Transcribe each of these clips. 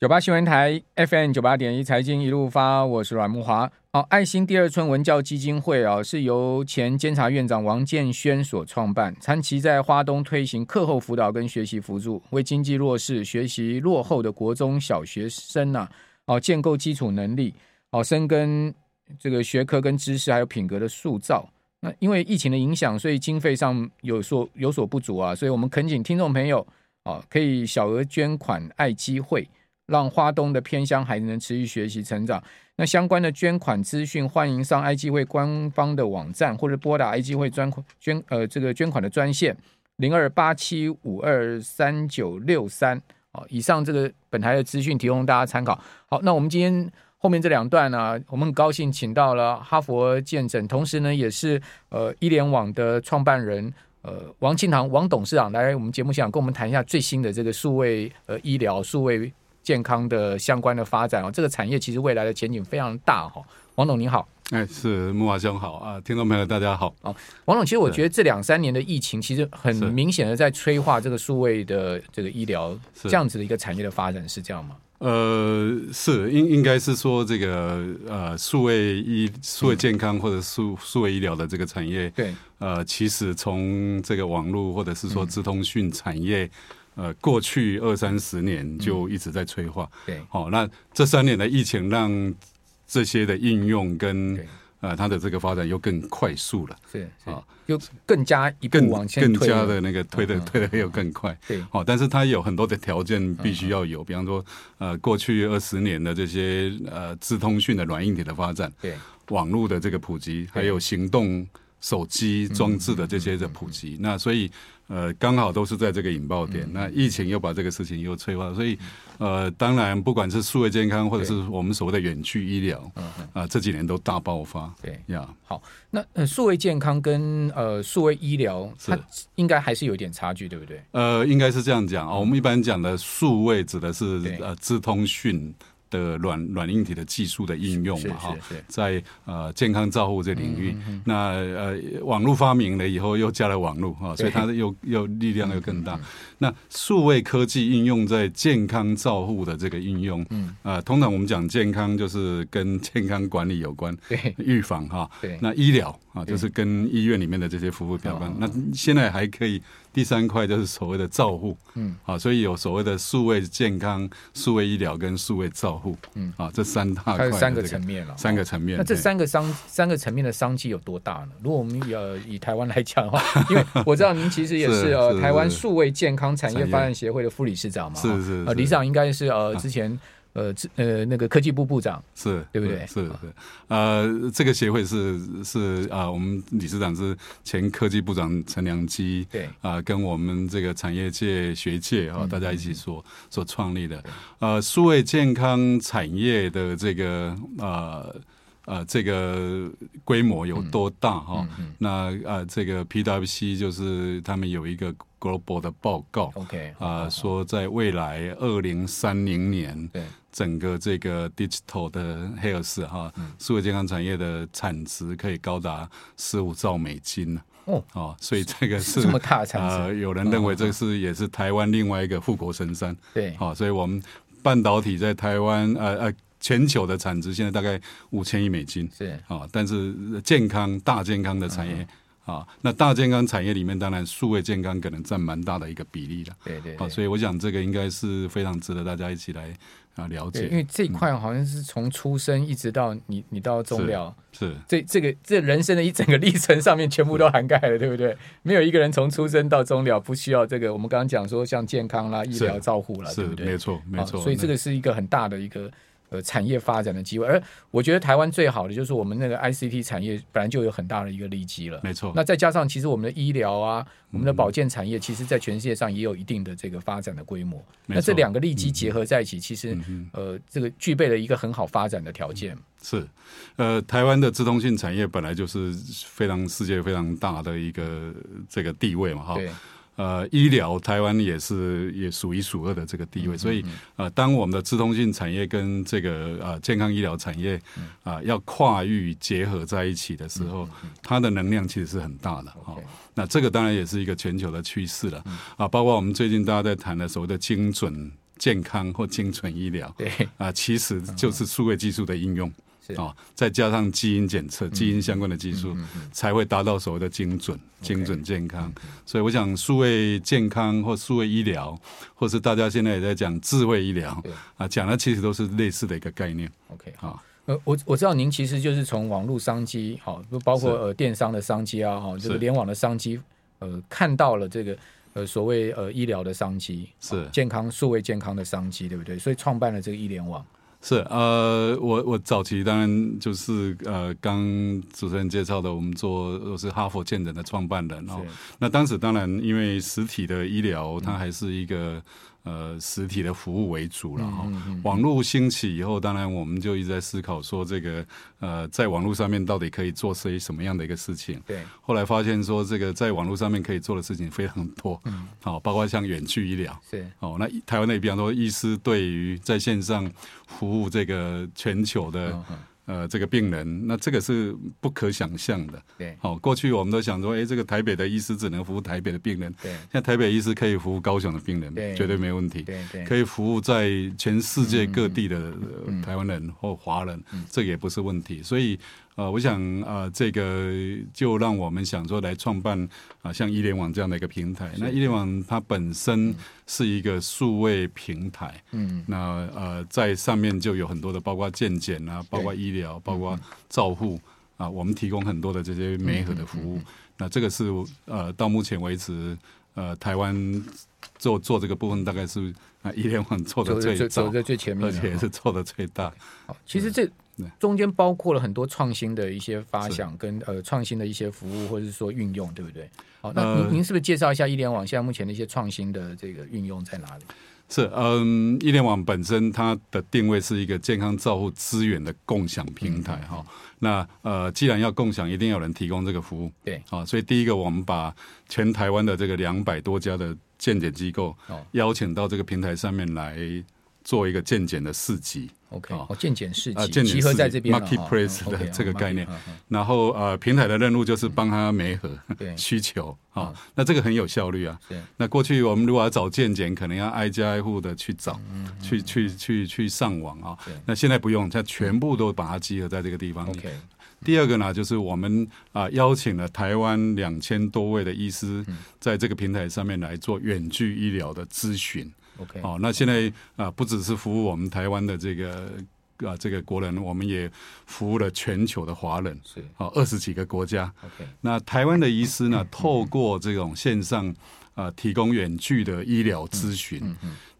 九八新闻台 FM 九八点一财经一路发，我是阮木华。哦，爱心第二春文教基金会啊、哦，是由前监察院长王建轩所创办，长期在花东推行课后辅导跟学习辅助，为经济弱势、学习落后的国中小学生呐、啊，哦，建构基础能力，哦，深耕这个学科跟知识，还有品格的塑造。那因为疫情的影响，所以经费上有所有所不足啊，所以我们恳请听众朋友哦，可以小额捐款爱机会。让花东的偏乡孩子能持续学习成长。那相关的捐款资讯，欢迎上 IG 会官方的网站，或者拨打 IG 会专捐呃这个捐款的专线零二八七五二三九六三。好，以上这个本台的资讯提供大家参考。好，那我们今天后面这两段呢、啊，我们很高兴请到了哈佛见诊，同时呢也是呃一联网的创办人。呃，王庆堂王董事长来我们节目现场跟我们谈一下最新的这个数位呃医疗数位。健康的相关的发展哦，这个产业其实未来的前景非常大哈、哦。王总您好，哎，是木华兄好啊，听众朋友大家好哦。王总，其实我觉得这两三年的疫情，其实很明显的在催化这个数位的这个医疗这样子的一个产业的发展，是这样吗？呃，是应应该是说这个呃，数位医、数位健康或者数数位医疗的这个产业，对，呃，其实从这个网络或者是说资通讯产业。嗯呃，过去二三十年就一直在催化，嗯、对，好、哦，那这三年的疫情让这些的应用跟呃它的这个发展又更快速了，是啊、哦，又更加一步往前更加的那个推的、嗯、推的又更快，对，好、哦，但是它有很多的条件必须要有，嗯、比方说呃，过去二十年的这些呃，资通讯的软硬体的发展，对，网络的这个普及，还有行动。手机装置的这些的普及，嗯嗯嗯、那所以呃刚好都是在这个引爆点，那疫情又把这个事情又催化，所以呃当然不管是数位健康或者是我们所谓的远距医疗，啊、呃、这几年都大爆发。对呀，好，那呃数位健康跟呃数位医疗，它应该还是有点差距，对不对？呃，应该是这样讲啊、哦，我们一般讲的数位指的是呃资通讯。的软软硬体的技术的应用嘛，哈，在呃健康照护这领域，嗯嗯、那呃网络发明了以后，又加了网络啊，所以它的又又力量又更 大。嗯、那数位科技应用在健康照护的这个应用，嗯啊、呃，通常我们讲健康就是跟健康管理有关，对预防哈，对哦那医疗啊就是跟医院里面的这些服务有关。那现在还可以。第三块就是所谓的照护，嗯，啊，所以有所谓的数位健康、数位医疗跟数位照护，嗯，啊，这三大块、這個，三个层面了，三个层面。那这三个商三个层面的商机有多大呢？如果我们呃以台湾来讲的话， 因为我知道您其实也是呃台湾数位健康产业发展协会的副理事长嘛，是是,是，呃理事长应该是呃之前。啊呃，呃，那个科技部部长是对不对？是是，呃，这个协会是是啊、呃，我们理事长是前科技部长陈良基，对啊、呃，跟我们这个产业界、学界啊、哦，大家一起所、嗯嗯、所创立的。呃，数位健康产业的这个呃呃这个规模有多大哈？嗯、那呃，这个 PWC 就是他们有一个。Global 的报告，OK，啊、呃，说在未来二零三零年，对整个这个 digital 的 health 哈，嗯数位健康产业的产值可以高达十五兆美金哦，哦，所以这个是这么大产值、嗯呃，有人认为这是也是台湾另外一个富国神山，对，好、哦，所以我们半导体在台湾，呃呃。全球的产值现在大概五千亿美金，是啊、哦，但是健康大健康的产业。嗯啊，那大健康产业里面，当然数位健康可能占蛮大的一个比例了。对,对对，啊，所以我想这个应该是非常值得大家一起来啊了解。因为这一块好像是从出生一直到你、嗯、你到终了，是这这个这人生的一整个历程上面全部都涵盖了，对不对？没有一个人从出生到终了不需要这个。我们刚刚讲说像健康啦、医疗照护啦，是没错没错、啊。所以这个是一个很大的一个。呃，产业发展的机会，而我觉得台湾最好的就是我们那个 ICT 产业本来就有很大的一个利基了，没错。嗯那再加上其实我们的医疗啊，我们的保健产业，其实在全世界上也有一定的这个发展的规模。那这两个利嗯基结合在一起，其实呃，这个具备了一个很好发展的条嗯件。是，呃，台湾的自通信产业本来就是非常世界非常大的一个这个地位嘛，哈。对。呃，医疗台湾也是也数一数二的这个地位，嗯嗯嗯所以呃，当我们的自通信产业跟这个呃健康医疗产业啊、呃、要跨域结合在一起的时候，它的能量其实是很大的哈、哦。那嗯这个当然也是一个全球的趋势了啊，包括我们最近大家在谈的所谓的精准。健康或精准医疗，对啊、其实就是数位技术的应用。嗯是啊、再加上基因检测、基因相关的技术，嗯嗯才会达到所谓的精准、精准健康。所以，我想数位健康或数位医疗，或是大家现在也在讲智慧医疗对啊，讲的其实都是类似的一个概念，OK，好。啊。呃，我我知道您其实就是从网络商机，好、就包括是呃电商的商机啊，哈、这个是联网的商机，呃，看到了这个呃所谓呃医疗的商机，是哦健康数位健康的商机，对不对？所以创办了这个医联网，是呃，我我早期当然就是呃，刚主持人介绍的，我们做我是哈佛健诊的创办人哦。那当时当然因为实体的医疗，它还是一个呃实体的服务为主了哈、网络兴起以后，当然我们就一直在思考说，这个呃，在网络上面到底可以做些什么样的一个事情。对，后来发现说，这个在网络上面可以做的事情非常多，好、包括像远距医疗，是哦，那台湾那比方说医师对于在线上服务这个全球的、呃这个病人，那这个是不可想象的。对好、过去我们都想说，哎，这个台北的医师只能服务台北的病人，对现在台北医师可以服务高雄的病人，对绝对没问题。对嗯对，可以服务在全世界各地的、呃台湾人或华人，嗯这个也不是问题。所以，呃，我想，呃，这个就让我们想说来创办啊、像医联网这样的一个平台。那医联网它本身是一个数位平台，嗯，那呃，在上面就有很多的，包括健检啊，包括医疗，包括照护啊，我们提供很多的这些媒合的服务。那这个是呃，到目前为止，呃，台湾做做这个部分大概是啊，医联网做的走在最最走早，在最前面而了，且也哈是做的最大。好，其实这对中间包括了很多创新的一些发想跟呃创新的一些服务，或者是说运用，对不对？好，那您、呃您是不是介绍一下医联网现在目前的一些创新的这个运用在哪里？是，嗯，医联网本身它的定位是一个健康照护资源的共享平台哈、那呃，既然要共享，一定要有人提供这个服务。对啊、所以第一个，我们把全台湾的这个两百多家的健检机构哦邀请到这个平台上面来做一个健检的市集。 OK，好哦，健检市啊集健检集合市在集这边了 marketplace 哦的 OK，这个好概念 market，嗯然后呃，平台的任务就是帮他媒合嗯对，嗯需求啊、那这个很有效率啊。对那过去我们如果要找健检，可能要挨家挨户的去找，去去去去上网啊、嗯对哦那现在不用，它全部都把它集合在这个地方。 OK，第二个呢，就是我们啊、邀请了台湾两千多位的医师，在这个平台上面来做远距医疗的咨询。 OK，哦，那现在啊、不只是服务我们台湾的这个啊、这个国人，我们也服务了全球的华人，是哦，二十几个国家。 OK，那台湾的医师呢，透过这种线上呃提供远距的医疗咨询，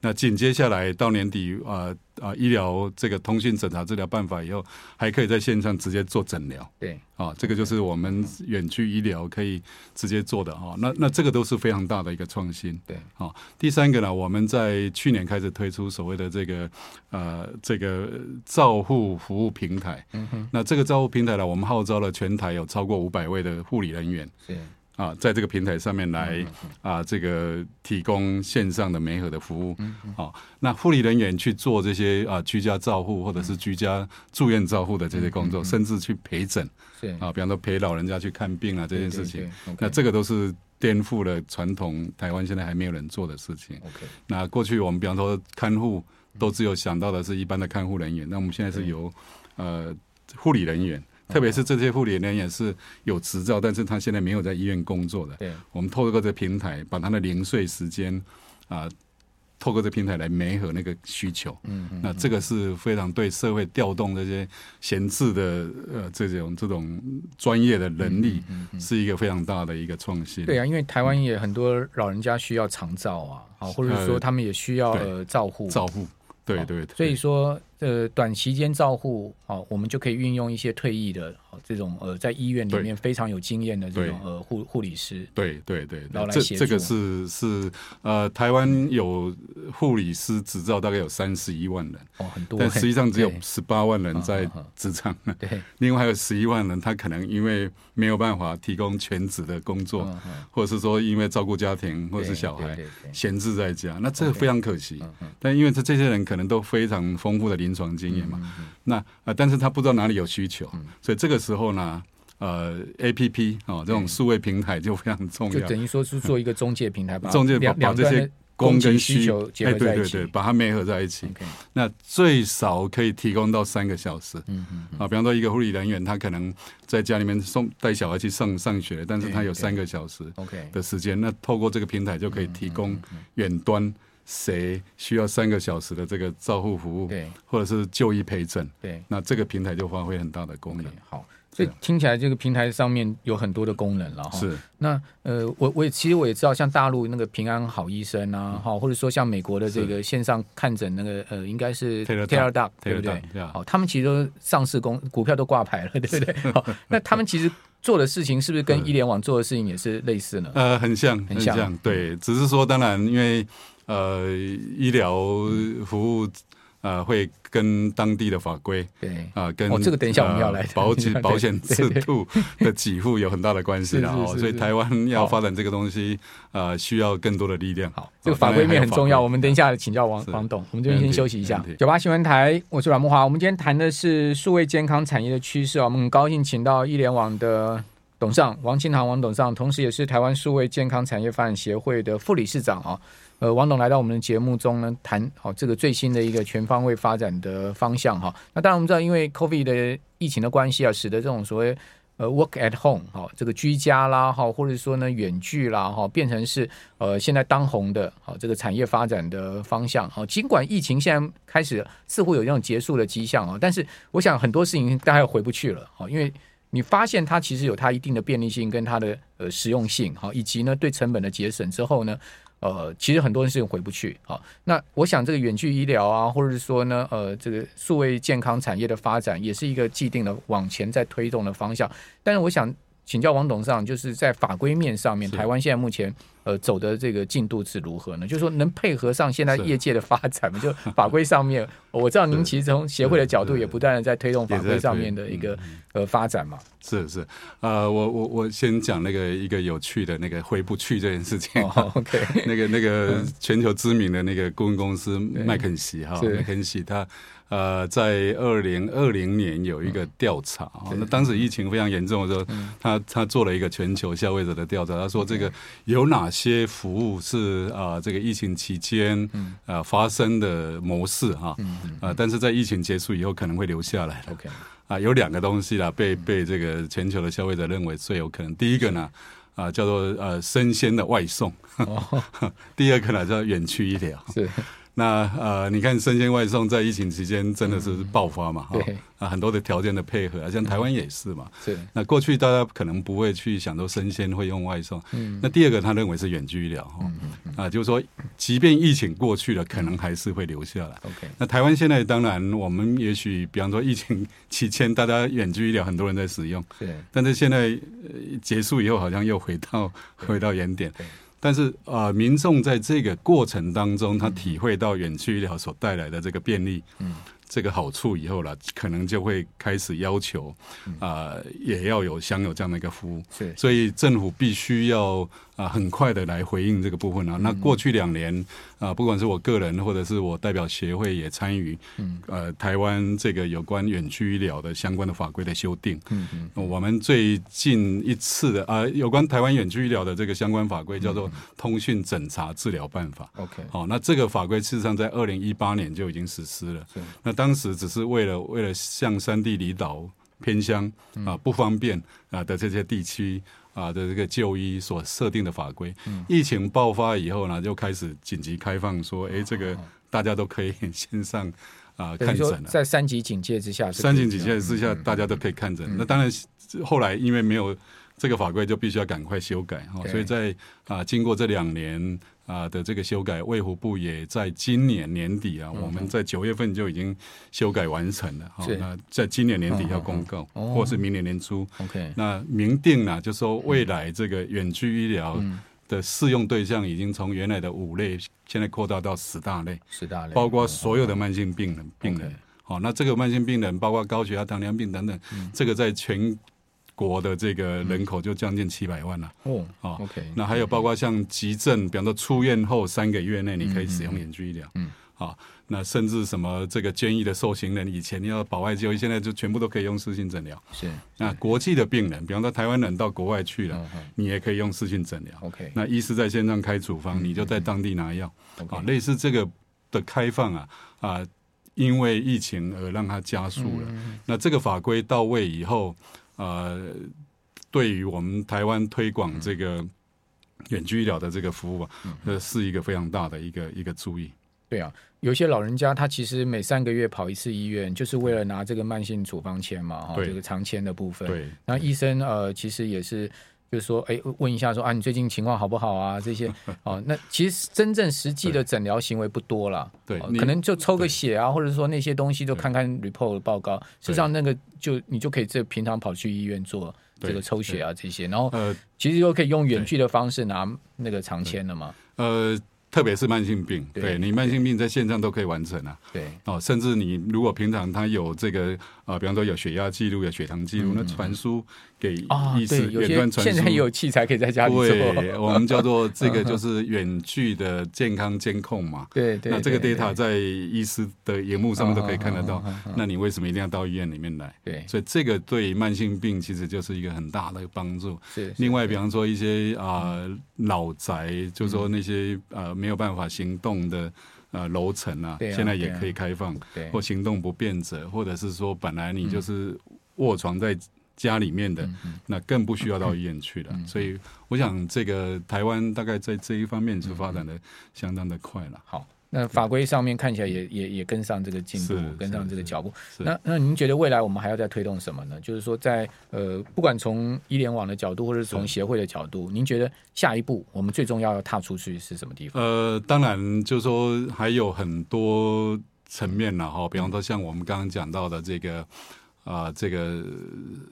那紧接下来到年底呃呃医疗这个通讯诊查治疗办法以后，还可以在线上直接做诊疗。对啊，这个就是我们远距医疗可以直接做的啊。那那这个都是非常大的一个创新。对啊，第三个呢，我们在去年开始推出所谓的这个呃这个照护服务平台。嗯哼。那这个照护平台呢，我们号召了全台有超过五百位的护理人员是啊，在这个平台上面来啊这个提供线上的媒合的服务。嗯。好，那护理人员去做这些啊居家照护或者是居家住院照护的这些工作，甚至去陪诊。是啊，比方说陪老人家去看病啊这件事情，情那这个个都是颠覆了传统台湾现在还没有人做的事情。 OK 那过去我们比方说看护都只有想到的是一般的看护人员，那我们现在是由呃护理人员，特别是这些护理人员是有执照，但是他现在没有在医院工作的，对我们透过这个平台把他的零碎时间啊。透过这个平台来媒合那个需求，嗯嗯那这个是非常对社会调动这些闲置的呃这种这种专业的能嗯力，是一个非常大的一个创新。对啊，因为台湾也很多老人家需要长照啊，好，或者说呃他们也需要对呃照护照护，对对对，所以说，呃，短期间照护，哦，我们就可以运用一些退役的、哦、这种呃，在医院里对面非常有经验的这种对呃护护理师，对对对然后对，来这协这个助是是呃，台湾有护理师执照大概有三十一万人，哦，很多。但实际上只有对十八万人在嗯嗯嗯职场，对，另外还有十一万人他可能因为没有办法提供全职的工作，嗯嗯或者是说因为照顾家庭或者是对小孩对对嗯对闲置在家，那这个非常可惜。但因为这这些人可能都非常丰富的临床经验嘛，嗯那啊、呃但是他不知道哪里有需求，所以这个时候呢，呃，A P P 哦，这种数位平台就非常重就要，等于说是做一个中介平台，把中介把两把两这端些的。供跟哎需求结合在一起，对对对，把它媒合在一起。那最少可以提供到三个小时。嗯嗯。啊，比方说一个护理人员，他可能在家里面送带小孩去上上学，但是他有三个小时 OK 的时间，那透过这个平台就可以提供远端。谁需要三个小时的这个照护服务，对，或者是就医陪诊，对，那这个平台就发挥很大的功能。Okay, 好，所以听起来这个平台上面有很多的功能了哈。是，那呃，我我也其实我也知道，像大陆那个平安好医生啊，哈、嗯，或者说像美国的这个线上看诊那个呃，应该是 Teladoc，对不对？好，他们其实都上市公股票都挂牌了，对不 对？好，那他们其实。做的事情是不是跟医联网做的事情也是类似呢？呃，很像，很像，很像对，只是说，当然，因为呃，医疗服务呃会跟当地的法规，对啊、呃，跟哦，这个等一下我们要来、呃、保 险保险制度的给付有很大的关系然后，所以台湾要发展这个东西，呃，需要更多的力量。哦好，这个法规面很重要，哦我们等一下请教王王董，我们这边先休息一下。九八新闻台，我是阮木华，我们今天谈的是数位健康产业的趋势啊，我们很高兴请到医联网的。董事长王清堂，王董事长，同时也是台湾数位健康产业发展协会的副理事长啊。呃，王董来到我们的节目中呢，谈好、哦、这个最新的一个全方位发展的方向哈、哦。那当然我们知道，因为 COVID 的疫情的关系啊，使得这种所谓呃 work at home 哈、哦，这个居家啦哈，或者说呢远距啦哈，变成是呃现在当红的好这个产业发展的方向哈。尽管疫情现在开始似乎有这种结束的迹象啊，但是我想很多事情大概回不去了哈，因为。你发现它其实有它一定的便利性跟它的呃实用性，好，以及呢对成本的节省之后呢，呃，其实很多人是回不去，好，那我想这个远距医疗啊，或者是说呢，呃，这个数位健康产业的发展，也是一个既定的往前在推动的方向。但是我想请教王董事长，就是在法规面上面，台湾现在目前呃走的这个进度是如何呢？就是说能配合上现在业界的发展吗？就法规上 面。我知道您其实从协会的角度也不断的在推动法规上面的一个呃发展 嘛。是是，呃，我我我先讲那个一个有趣的那个回不去这件事情。哦、OK，那个那个全球知名的那个顾问公司麦肯锡哈，麦肯锡他呃在二零二零年有一个调查、嗯，那当时疫情非常严重的时候，嗯、他他做了一个全球消费者的调查，他说这个有哪些服务是啊、呃、这个疫情期间呃发生的模式哈。嗯啊、呃，但是在疫情结束以后可能会留下来。 OK，啊、呃，有两个东西啦，被被这个全球的消费者认为最有可能。第一个呢，啊、呃，叫做呃生鲜的外送；哦、 第二个呢叫远去医疗。 是。那呃，你看生鲜外送在疫情期间真的是爆发嘛？嗯、对。啊，很多的条件的配合，啊像台湾也是嘛。是。那过去大家可能不会去想说生鲜会用外送。嗯。那第二个，他认为是远距医疗。嗯嗯。啊，就是说，即便疫情过去了，可能还是会留下来。 OK。那台湾现在当然，我们也许比方说疫情期间，大家远距医疗很多人在使用。对。但是现在呃结束以后，好像又回到回到原点。对。但是啊、呃，民众在这个过程当中，他体会到远距医疗所带来的这个便利，嗯，这个好处以后了，可能就会开始要求嗯啊、呃，也要有享有这样的一个服务。是，所以政府必须要啊、呃，很快的来回应这个部分啊。那过去两年啊，不管是我个人或者是我代表协会也参与，嗯，呃，台湾这个有关远距医疗的相关的法规的修订。嗯嗯，我们最近一次的啊，有关台湾远距医疗的这个相关法规叫做。通讯诊查治疗办法，OK，好、哦，那这个法规事实上在二零一八年就已经实施了。那当时只是为了为了向山地离岛偏乡啊、呃、不方便啊、呃、的这些地区啊、呃、的这个就医所设定的法规、嗯。疫情爆发以后呢，就开始紧急开放说，说哎，这个大家都可以 线上啊看诊了。在三级警戒之下，三级警戒之下、嗯、大家都可以看诊。嗯、那当然后来因为没有。这个法规就必须要赶快修改哈，所以在啊、呃、经过这两年啊、呃、的这个修改，卫福部也在今年年底啊，嗯、我们在九月份就已经修改完成了哈、哦。那在今年年底要公告，哦哦、或是明年年初。 OK，那明定呢、啊，就说未来这个远距医疗的适用对象已经从原来的五类，现在扩大到十大类，十大类嗯包括所有的慢性病人病人。好，那这个慢性病人包括高血压、糖尿病等等，嗯、这个在全。国的这个人口就将近七百万了。哦，哦，OK。那还有包括像急症，比方说出院后三个月内你可以使用远距医疗。嗯，啊。那甚至什么这个监狱的受刑人，以前要保外就医，现在就全部都可以用视讯诊疗。是嗯那国际的病人，比方说台湾人到国外去了，你也可以用视讯诊疗。 OK，那医师在线上开处方，你就在当地拿药。 OK 啊，类似这个的开放啊啊，因为疫情而让它加速了。嗯那这个法规到位以后，呃，对于我们台湾推广这个远距医疗的这个服务啊，嗯呃，是一个非常大的一个一个注意。对啊，有些老人家他其实每三个月跑一次医院，就是为了拿这个慢性处方签嘛，哈，对这个长签的部分。对，那医生呃，其实也是就是说，哎，问一下说啊，你最近情况好不好啊？这 些哦，那其实真正实际的诊疗行为不多啦，对哦你可能就抽个血啊，或者说那些东西就看看 report 报告。事实上，那个就你就可以这平常跑去医院做对这个抽血啊这些，然后呃其实又可以用远距的方式拿那个长签了嘛，呃，特别是慢性病，对对你慢性病在线上都可以完成啊。对。哦，甚至你如果平常他有这个啊、呃比方说有血压记录、有血糖记录，那传输给嗯啊、医师对，有远些端传输，现在有器材可以在家里做，对， 我们叫做这个就是远距的健康监控嘛。 对 对，那这个对 data 在医师的荧幕上面都可以看得到嗯嗯嗯嗯，那你为什么一定要到医院里面来？对所以这个对慢性病其实就是一个很大的帮助。是另外，比方说一些啊、呃老宅，就说那些呃没有办法行动的呃楼层啊，对啊现在也可以开放，对或行动不便者，或者是说本来你就是卧床在家里面的，那更不需要到医院去了。所以，我想这个台湾大概在这一方面是发展的相当的快了。好。那法规上面看起来也也也跟上这个进是步，跟上是这个是脚步。是那那您觉得未来我们还要再推动什么呢？就是说在，呃，不管从医联网的角度，或者是从协会的角度，您觉得下一步我们最重要要踏出去是什么地方？呃，当然，就说还有很多层面了嗯哈，比方说像我们刚刚讲到的这个啊、这个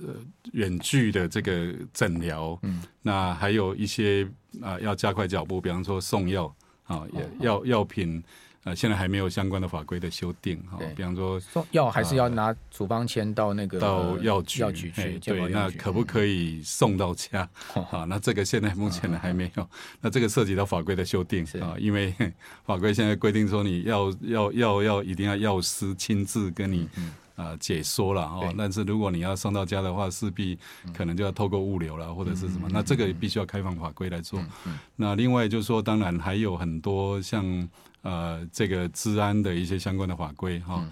呃远距的这个诊疗，嗯，那还有一些啊、要加快脚步，比方说送药啊，哦也药药品啊、呃现在还没有相关的法规的修订哈对，比方说送药还是要拿处方签到那个到药局，局药局嘿去？健保对，药那局嗯可不可以送 到家？啊，那这个现在目前呢还没有。那这个涉及到法规的修订啊是啊，因为 嘿法规现在规定说你要要要要一定要药师亲自跟你。啊，解说了哦嗯对，嗯但是如果你要送到家的话，势必可能就要透过物流了，或者是什么，那这个必须要开放法规来嗯做。那另外就是说，当然还有很多像呃这个治安的一些相关的法规哈。嗯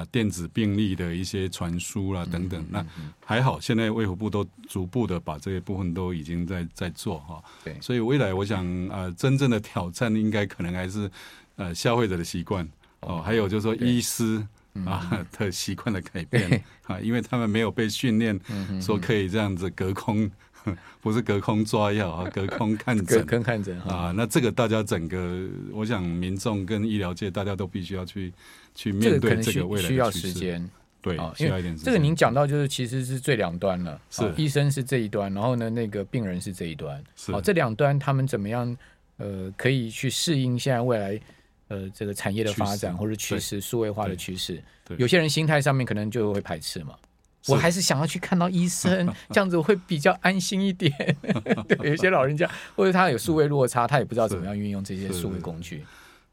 啊，电子病历的一些传输啦、等等，那还好，现在卫福部都逐步的把这一部分都已经在在做哈、对所以未来我想，呃，真正的挑战应该可能还是呃消费者的习惯哦，还有就是说医师。啊 的习惯的改变啊，因为他们没有被训练，说可以这样子隔空， 不是隔空抓药啊，隔空看跟诊跟看诊哈，啊，那这个大家整个，我想民众跟医疗界大家都必须要去去这面个可对能这个未需来需要的时趋势，间。对啊，，需因要为一点时这个间您讲到就是其实是最两端了，是啊医生是这一端，然后呢那个病人是这一端，是啊，这两端他们怎么样呃可以去适应现在未来呃这个产业的发展趋势或者趋势数位化的对趋势对，有些人心态上面可能就会排斥嘛。是我还是想要去看到医生， 这样子我会比较安心一点。 对，有些老人家或者他有数位落差，他也不知道怎么样运用这些是数位工具。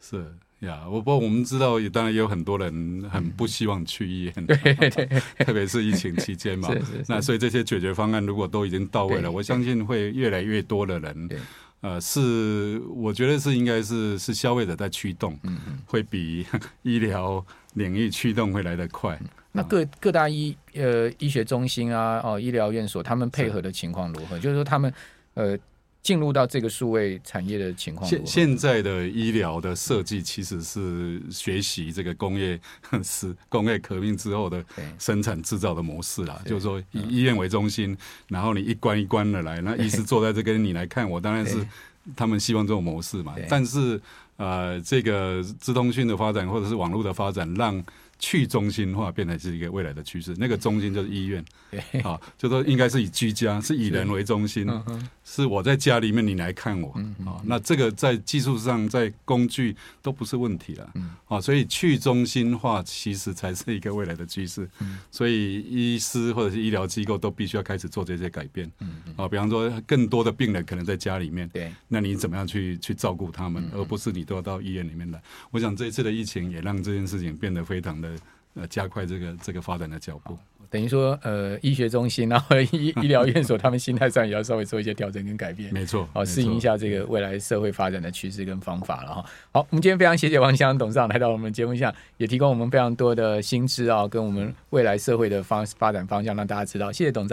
是呀，我不过我们知道，也当然也有很多人很不希望去医院， 特别是疫情期间嘛是是是。那所以这些解决方案如果都已经到位对了，我相信会越来越多的人对，呃，是我觉得是应该是是消费者在驱动，嗯会比 医疗领域驱动会来得快。那各各大医呃医学中心啊，哦医疗院所，他们配合的情况如何？就是说他们呃进入到这个数位产业的情况如现何？现在的医疗的设计其实是学习这个工业 是工业革命之后的对生产制造的模式啦，是嗯就是说以医院为中心，然后你一关一关的来，那医师坐在这跟你来看，我当然是他们希望这种模式嘛对。但是呃，这个资通讯的发展或者是网络的发展，让去中心化变成是一个未来的趋势。那个中心就是医院，啊，就说应该是以居家，是以人为中心，嗯是我在家里面你来看我啊。那这个在技术上，在工具都不是问题了嗯啊。所以去中心化其实才是一个未来的趋势。嗯所以医师或者是医疗机构都必须要开始做这些改变啊。比方说，更多的病人可能在家里面，嗯对，嗯那你怎么样去去照顾他们，而不是你都要到医院里面来？我想这一次的疫情也让这件事情变得非常的。呃，加快这个这个发展的脚步，等于说，呃，医学中心然 后医医疗院所，他们心态上也要稍微做一些调整跟改变，没错，好适应一下这个未来社会发展的趋势跟方法了哈。好，我们今天非常谢谢王翔董事长来到我们节目下，也提供我们非常多的新知啊，跟我们未来社会的方发展方向，让大家知道。谢谢董事长。